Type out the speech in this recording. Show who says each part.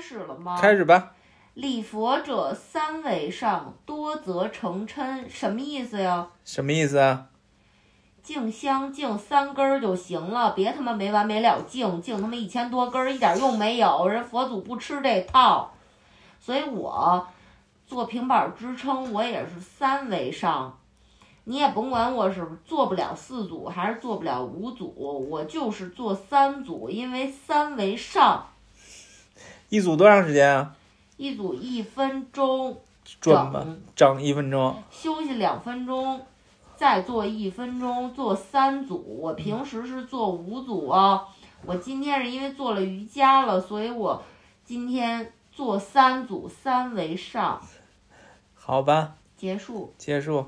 Speaker 1: 始了吗？
Speaker 2: 开始吧。
Speaker 1: 礼佛者三为上，多则成嗔，什么意思呀？
Speaker 2: 什么意思啊？
Speaker 1: 敬香敬三根儿就行了，别他妈没完没了敬，敬他妈一千多根儿，一点用没有。人佛祖不吃这套，所以我做平板支撑，我也是三为上。你也甭管我是做不了四组还是做不了五组，我就是做三组，因为三为上，
Speaker 2: 一组多长时间啊？
Speaker 1: 一组一分钟，
Speaker 2: 转吧，整一分钟。
Speaker 1: 休息两分钟，再做一分钟，做三组。我平时是做五组啊，我今天是因为做了瑜伽了，所以我今天做三组，三为上，
Speaker 2: 好吧，
Speaker 1: 结束。
Speaker 2: 结束。